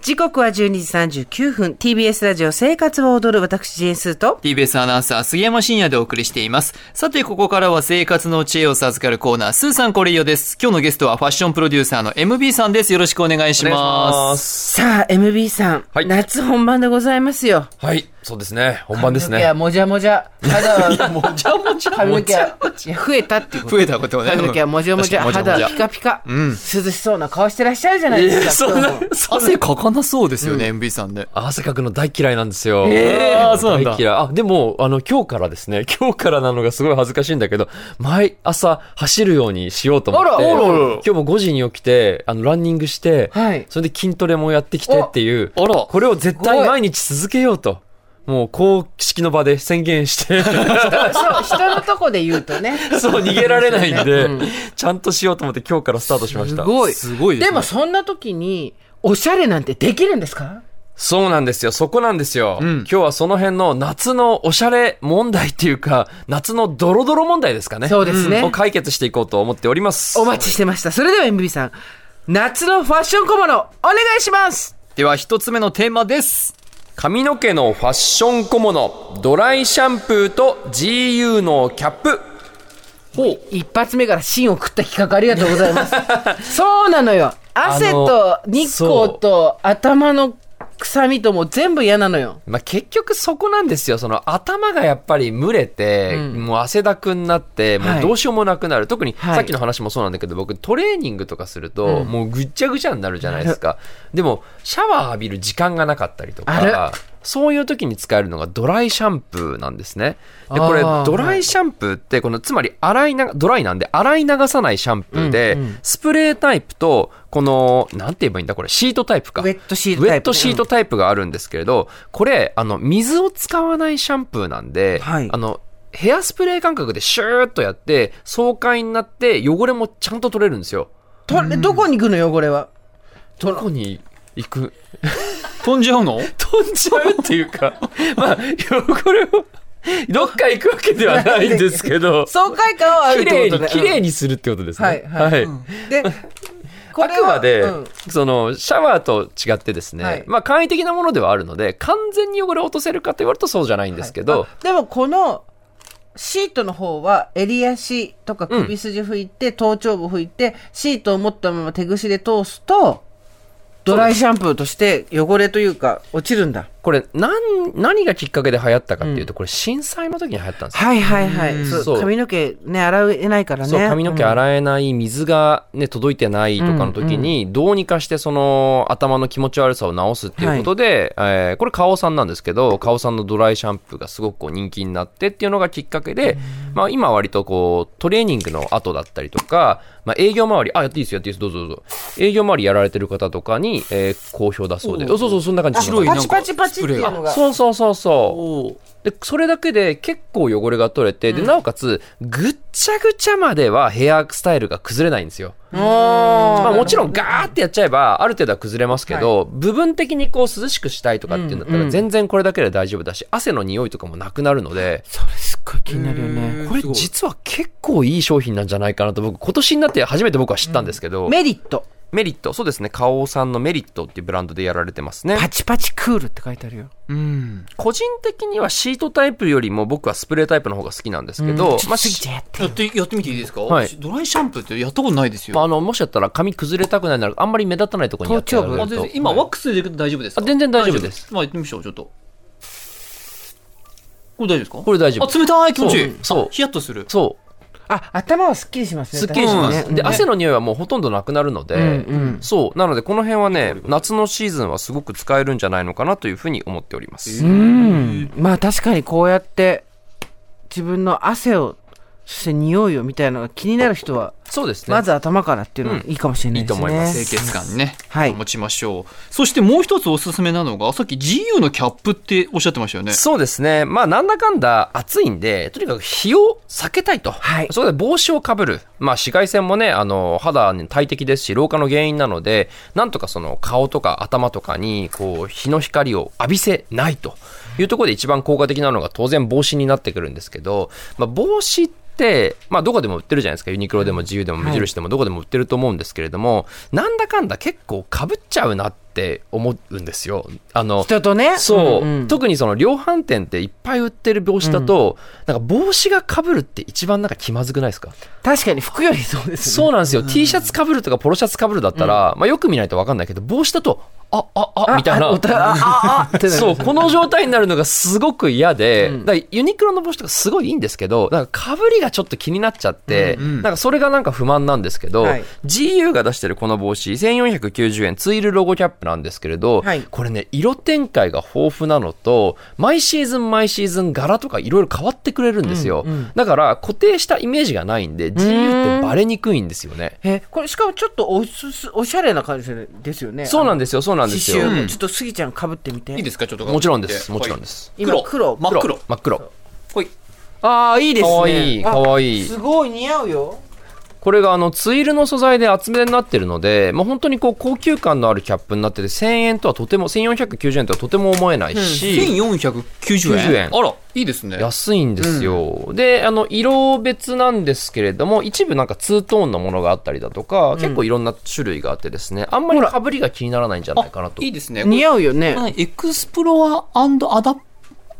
時刻は12時39分 TBS ラジオ生活を踊る私ジェンスーと TBS アナウンサー杉山深也でお送りしています。さて、ここからは生活の知恵を授かるコーナー、スーさんこれいいよです。今日のゲストはファッションプロデューサーの MB さんです。よろしくお願いします。す。さあ MB さん、はい夏本番でございますよはい、そうですね。本番です髪の毛はね。もじゃもじゃ。肌はもじゃもじゃ。髪の毛は。いや増えたっていうこと増えたことはね。髪の毛はもじゃもじゃ確かに肌はピカピカ、うん。涼しそうな顔してらっしゃるじゃないですか。そんな、そんな汗かかなそうですよね、MB さんね。汗かくの大嫌いなんですよ。えーあそうなんだ大嫌い。あ、でも、あの、今日からですね、 今日からなのがすごい恥ずかしいんだけど、毎朝走るようにしようと思って、あらあらあら今日も5時に起きて、あの、ランニングして、はいそれで筋トレもやってきてっていう、あら。これを絶対毎日続けようと、もう公式の場で宣言し て、そう、人のとこで言うとね。そう、逃げられないんで、ちゃんとしようと思って今日からスタートしました。ごい。すごいですでねもそんな時に、おしゃれなんてできるんですかそうなんですよ。そこなんですよ。ん今日はその辺の夏のおしゃれ問題っていうか、 夏のドロドロ問題ですかね。そうですねんを解決していこうと思っております。お待ちしてましたそれでは MB さん夏のファッション小物お願いしますでは、一つ目のテーマです。髪の毛のファッション小物、ドライシャンプーと GU のキャップ。ほう。一発目から芯を食った企画ありがとうございます。 そうなのよ。汗とあの日光と頭の臭みとも全部嫌なのよ。まあ、結局そこなんですよ。その頭がやっぱり蒸れて、もう汗だくになって、もはういどうしようもなくなる。特にはいさっきの話もそうなんだけど、僕トレーニングとかすると、もうぐっちゃぐちゃになるじゃないですか。でも、シャワー浴びる時間がなかったりとあか、そういう時に使えるのがドライシャンプーなんですね。で、これあードライシャンプーって、この、つまり洗いな、ドライなんで洗い流さないシャンプーで、スプレータイプと、この、なんて言えばいいんだこれ、シートタイプか。ウェットシートタイプウェットシートタイプがあるんですけれど、これ、あの、水を使わないシャンプーなんで、はいあの、ヘアスプレー感覚でシューっとやって、爽快になって、汚れもちゃんと取れるんですよ。とどこに行くのよ、これは。どこに行く飛んじゃうの飛んじゃうっていう か、まあ、汚れを、どっか行くわけではないんです けど、爽快感はあるっ綺麗てことで。に、綺麗にするってことですね。。はいはいうんで、こあれくはまで、うんその、シャワーと違ってですね、はいまあ、簡易的なものではあるので、完全に汚れを落とせるかと言われるとそうじゃないんですけど、あでもこのシートの方は襟足とか首筋拭いて、頭頂部拭いてシートを持ったまま手ぐしで通すとドライシャンプーとして汚れというか落ちるんだこれ、なん、何がきっかけで流行ったかっていうと、これ、震災の時に流行ったんですよ。はいはいはいそうそう髪の毛ね洗えないからねそう髪の毛洗えない、水が、ね、届いてないとかの時に、どうにかしてその頭の気持ち悪さを直すっていうことで、えーこれ、花王さんなんですけど、花王さんのドライシャンプーがすごくこう人気になってっていうのがきっかけで、まあ、今、割とこうトレーニングの後だったりとか、まあ、営業周り、あ、やっていいですよ、やっていいです、どうぞどうぞ、営業周りやられてる方とかに、えー好評だそうで、そうそう、そんな感じ白いパなんチかパチパチっていうのがそうそうそうそう。おーで、それだけで結構汚れが取れて、で、なおかつ、ぐっちゃぐちゃまではヘアスタイルが崩れないんですよ。まあもちろんガーってやっちゃえば、ある程度は崩れますけど、部分的にこう涼しくしたいとかっていうんだったら、全然これだけで大丈夫だし、汗の匂いとかもなくなるので、すっごい気になるよねこれ実は結構いい商品なんじゃないかなと僕、今年になって初めて僕は知ったんですけど、メリットメリット、そうですね、花王さんのメリットっていうブランドでやられてますね。パチパチクールって書いてあるようん。個人的にはシートタイプよりも僕はスプレータイプの方が好きなんですけど、ちょっまあと過ぎちゃやってやって、やってみていいですかはい私ドライシャンプーってやったことないですまよ。あ、あの、もしやったら髪崩れたくないなら、あんまり目立たないところにやってや頭頂るとあ全然今、ワックスでいくと大丈夫ですかあ全然大丈夫です。まあ、やってみましょう、ちょっと。これ大丈夫ですかこれ大丈夫あ、冷たい気持ちいい。そうそうあヒヤッとする。そう。あ頭はすっきりしますねすっきりします。うんで、汗の匂いはもうほとんどなくなるので、そう。なので、この辺はね、夏のシーズンはすごく使えるんじゃないのかなというふうに思っております。うんまあ確かにこうやって自分の汗をそして匂いをみたいなのが気になる人はそうですね。まず頭からっていうのはうんいいかもしれないですね、いいと思います清潔感にね、はい持ちましょう。そしてもう一つおすすめなのが、さっき GU のキャップっておっしゃってましたよね。そうですね。まあ、なんだかんだ暑いんで、とにかく日を避けたいと。はいそこで帽子をかぶる。まあ、紫外線もね、あの、肌に大敵ですし、老化の原因なので、なんとかその顔とか頭とかに、こう、日の光を浴びせないというところで一番効果的なのが当然帽子になってくるんですけど、まあ、帽子って、まあ、どこでも売ってるじゃないですか。ユニクロでも自由牛でも無印でもどこでも売ってると思うんですけれども、なんだかんだ結構かぶっちゃうなって思うんですよ。あの人とねそう、んん特にその量販店っていっぱい売ってる帽子だと、なんか帽子が被るって一番なんか気まずくないですか確かに服よりそうですねそうなんですよ、T シャツ被るとかポロシャツ被るだったら、まあ、よく見ないと分かんないけど帽子だとあああみたいなあお互いあああってなるそう、この状態になるのがすごく嫌で、だからユニクロの帽子とかすごいいいんですけど、なんか被りがちょっと気になっちゃって、なんかそれがなんか不満なんですけど、はい GU が出してるこの帽子、1490円、ツイルロゴキャップなんですけれど、はいこれね、色展開が豊富なのと、毎シーズン毎シーズン柄とかいろいろ変わってくれるんですよ。だから固定したイメージがないんで、GU ってバレにくいんですよね。えこれしかもちょっとおすすおしゃれな感じですよねそうなんでですよ、そうなんですよ。刺う繍んちょっとスギちゃんかぶってみていいですかちょっともちろんです、もちろんです。今今黒黒真っ黒真っ黒。ほいああいいですねかわいい、かわいい。すごい似合うよこれがあのツイルの素材で厚めになってるので、まあ、本当にこう高級感のあるキャップになってて1000円とはとても1490円とはとても思えないし、 1490 90円円あらいいですね安いんですよ、であの色別なんですけれども一部なんかツートーンのものがあったりだとか、結構いろんな種類があってですねあんまりかぶりが気にならないんじゃないかなといいですね似合うよねこれエクスプロアアダ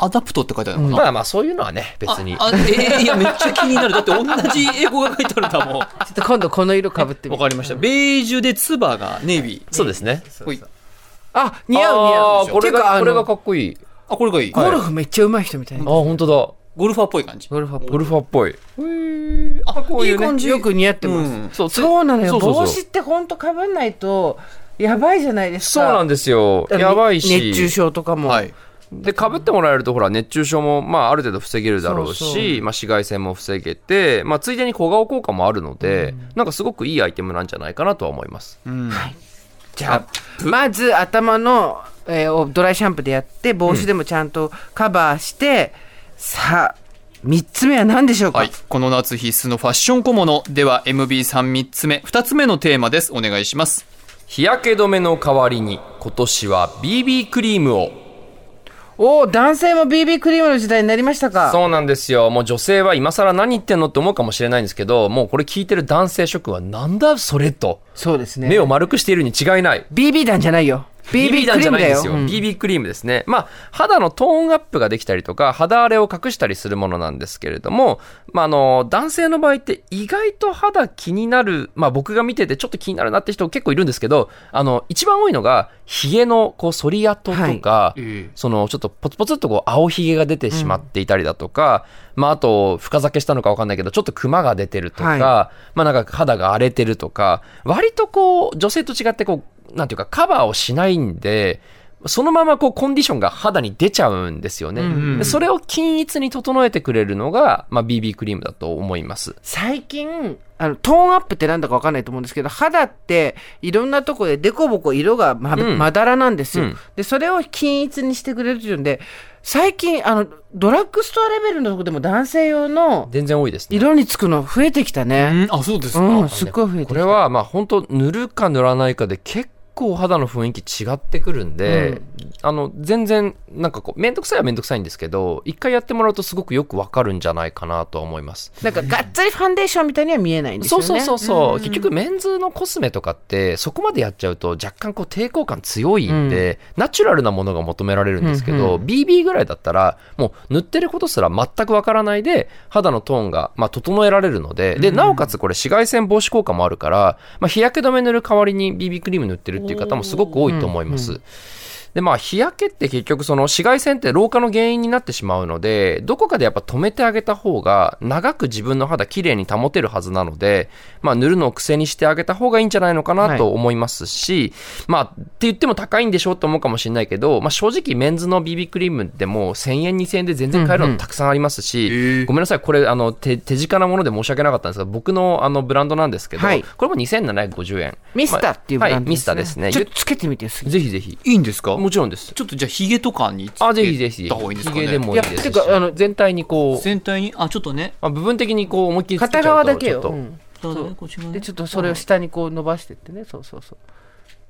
アダプトって書いてあるのかなまあまあそういうのはね別にあ、えーいや、めっちゃ気になる。だって同じ英語が書いてあるんだもん。わちょっと今度この色かぶってみてかりました。ベージュでツバがネイビー。そうですねほいあ似合う似合あうーこれてかがあのこれがかっこいいあ、これがいい。ゴルはいフめっちゃ上手い人みたいなあ本当だゴルファーっぽい感じ。ゴルファーっぽいゴルファーっぽいあ、こういうね感じよく似合ってます、うんそうそうなのよそうそうそ帽う子ってほんとかぶんないとやばいじゃないですかそうなんですよやばいし熱中症とかも、はい。で、被ってもらえると、ほら、熱中症も、まあ、ある程度防げるだろうし、そうそうまあ、紫外線も防げて、まあ、ついでに小顔効果もあるので、なんかすごくいいアイテムなんじゃないかなとは思います。じゃあまず頭の、えーをドライシャンプーでやって帽子でもちゃんとカバーして、さあ3つ目は何でしょうか、はい。この夏必須のファッション小物。では、MB さん3つ目、2つ目のテーマです。お願いします。日焼け止めの代わりに、今年は BB クリームを。おお男性も BB クリームの時代になりましたかそうなんですよ。もう女性は今更何言ってんのって思うかもしれないんですけど、もうこれ聞いてる男性諸君は、なんだそれと、そうですね目を丸くしているに違いない。 BB 弾じゃないよ BB クリームだよんうんです BB クリームですね。まあ、肌のトーンアップができたりとか、肌荒れを隠したりするものなんですけれども、まあ、あの、男性の場合って意外と肌気になる、まあ、僕が見ててちょっと気になるなって人結構いるんですけど、あの、一番多いのが、髭のこう、反り跡とか、その、ちょっとポツポツっとこう、青髭が出てしまっていたりだとか、まあ、あと、深酒したのかわかんないけど、ちょっとクマが出てるとか、はいまあなんか肌が荒れてるとか、割とこう、女性と違ってこう、なんていうかカバーをしないんで、そのままこうコンディションが肌に出ちゃうんですよね。でそれを均一に整えてくれるのが、まあ BB クリームだと思います。最近あのトーンアップってなんだかわかんないと思うんですけど肌っていろんなとこでデコボコ色がま,、うんだらなんですよ、うんでそれを均一にしてくれるというんで最近あのドラッグストアレベルのとこでも男性用の全然多いですね。色につくの増えてきたねあ、そうですうん、か。すっごい増えてきたこれはまあ本当塗るか塗らないかで結構肌の雰囲気違ってくるんで、あの全然なんかこうめんどくさいはめんどくさいんですけど一回やってもらうとすごくよくわかるんじゃないかなとは思いますなんかがっつりファンデーションみたいには見えないんですよそうねそうそうそう、結局メンズのコスメとかってそこまでやっちゃうと若干こう抵抗感強いんで、ナチュラルなものが求められるんですけど、BB ぐらいだったらもう塗ってることすら全くわからないで肌のトーンがまあ整えられるのででなおかつこれ紫外線防止効果もあるから、まあ、日焼け止め塗る代わりに BB クリーム塗ってるっていう方もすごく多いと思います。でまあ日焼けって結局その紫外線って老化の原因になってしまうのでどこかでやっぱ止めてあげた方が長く自分の肌きれいに保てるはずなので、まあ、塗るのを癖にしてあげた方がいいんじゃないのかなと思いますし、まあって言っても高いんでしょうと思うかもしれないけど、まあ、正直メンズの BB クリームでも1000円2000円で全然買えるのたくさんありますし、ごめんなさいこれあの手手近なもので申し訳なかったんですが僕のあのブランドなんですけど、はいこれも2750円ミスターっていうブランドはいミスターですねちょっとつけてみてよすぎぜひぜひいいんですかもちろんですちょっとじゃあ、ヒゲとかにつけあ、ぜひぜひぜた方がいいんですひ。かね。髭でもいいいやですてし。かあの全体にこう、全体に、あ、ちょっとね。まあ、部分的にこう思いっきりつけち片ゃうと側だけちょよっとうんどうぞこっち側でねちょっとそれを下にこう伸ばしてってねそうそうそう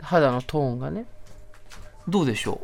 肌のトーンがねどうでしょ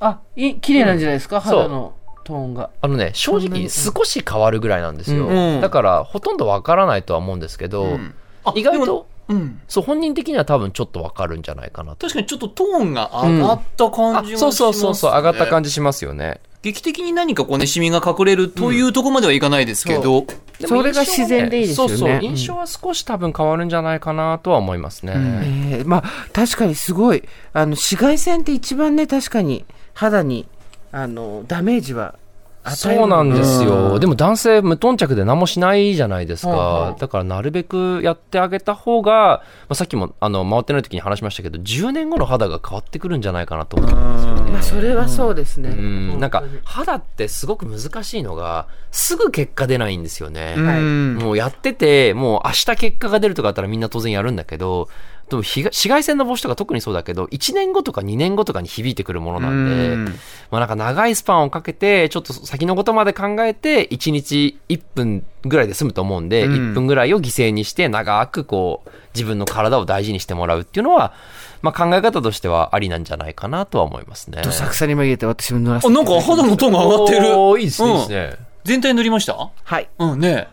あいい綺麗なんじゃないですか、そう肌のトーンがあのね、正そんなに直少し変わるぐらいなんですよ。うんだから、ほとんどわからないとは思うんですけど、う。うん意外と、うん。そう、本人的には多分ちょっとわかるんじゃないかなと。確かにちょっとトーンが上がったあ感じ、はしそまうすね。そうそうそう、上がった感じしますよね。劇的に何かこうね、シミが隠れるというところまではいかないですけど、でもそれが自然でいいですよね印象はそううそんう、印象は少し多分変わるんじゃないかなとは思いますね。んえーまあ確かにすごいあの紫外線って一番ね確かに肌にあのダメージは与えるそうなんですすよ、うんでも男性無頓着で何もしないじゃないですか、はいはいだからなるべくやってあげた方が、まあ、さっきもあの回ってない時に話しましたけど10年後の肌が変わってくるんじゃないかなと思うんですよね、まあそれはそうですね、うん、なんか肌ってすごく難しいのがすぐ結果出ないんですよね、うん。もうやってて、もう明日結果が出るとかだったらみんな当然やるんだけど、でも日が紫外線の帽子とか特にそうだけど、1年後とか2年後とかに響いてくるものなんで、うんまあなんか長いスパンをかけて、ちょっと先のことまで考えて、1日1分ぐらいで済むと思うんで、うん1分ぐらいを犠牲にして長くこう、自分の体を大事にしてもらうっていうのは、まあ考え方としてはありなんじゃないかなとは思いますね。どさくさに紛れて私も乗らせあ、てなんか肌のトーンが上がってる。おーいいですね、うんいいですね。全体塗りましたはいうん、ね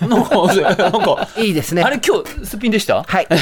え。なんか、なんか、いいですねあれ今日、すっぴんでした はい日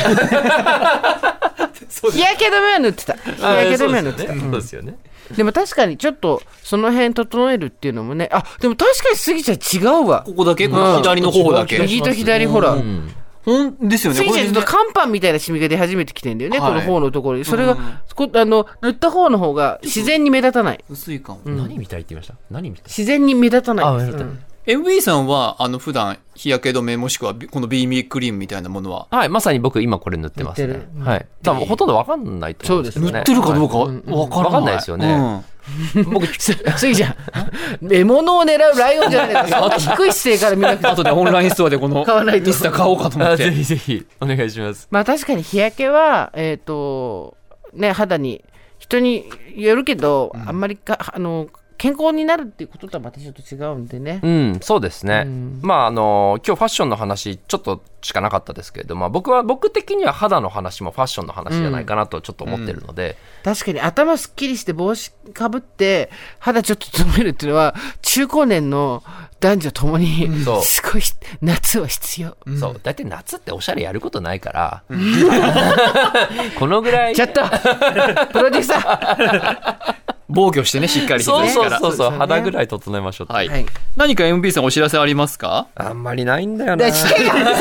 焼け止めは塗ってた日焼け止めは塗ってた、そうですよね。でも確かにちょっとその辺整えるっていうのもねあでも確かにスギちゃん違うわここだけこの左の頬だけ。右と左ほら、うんほんですよね。スギこちゃれんちょっと乾パンみたいなシミが出始めてきてんだよね、はいこの頬のところにそれが、うんこあの塗った方の方が自然に目立たない薄いかも。何みたいって言いました何みたい自然に目立たないあ目です立たないうん MV さんは、あの、普段、日焼け止めもしくは、この BB クリームみたいなものは、はい、まさに僕今これ塗ってます塗っねて。るはい。多分ほとんどわかんないと思うんですよそね。うです塗ってるかどうかはいわからない。わかんないですよねうん僕、スギちゃ ん獲物を狙うライオンじゃないですか低い姿勢から見なくてあとでオンラインストアでこの買わないとミスター買おうかと思っあぜて。ひぜひ、お願いします。まあ確かに日焼けは、えっ、と、ね、肌に、人によるけど、あんまりか、あの、健康になるっていうこととはまたちょっと違うんでね。うん、そうですね。うんまあ、あの、今日ファッションの話、ちょっとしかなかったですけれども、僕は、僕的には肌の話もファッションの話じゃないかなとちょっと思ってるので、確かに頭すっきりして帽子かぶって、肌ちょっと整えるっていうのは、中高年の男女ともに、そうすごい、夏は必要。そう、だいたい夏っておしゃれやることないから、 このぐらいちょ、っとプロデューサー防御してね、しっかりそうねそうからそうそう、ね肌ぐらい整えましょうってはいはい。何か MB さんお知らせありますかあんまりないんだよな。で聞けよ !YouTube!YouTube!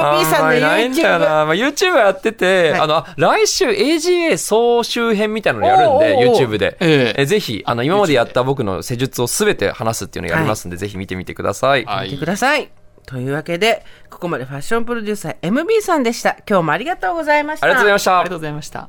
MP さんのあまりないんだよ YouTube! な。まあ、YouTube やってて、はいあの、あ来週 AGA 総集編みたいなのやるんで、おーおー YouTube で。ええぜひ、あの、今までやった僕の施術をすべて話すっていうのをやりますんで、ぜひ見てみてください。は見ていく。ださい。というわけで、ここまでファッションプロデューサー MB さんでした。今日もありがとうございました。ありがとうございましあたりがと。うございました。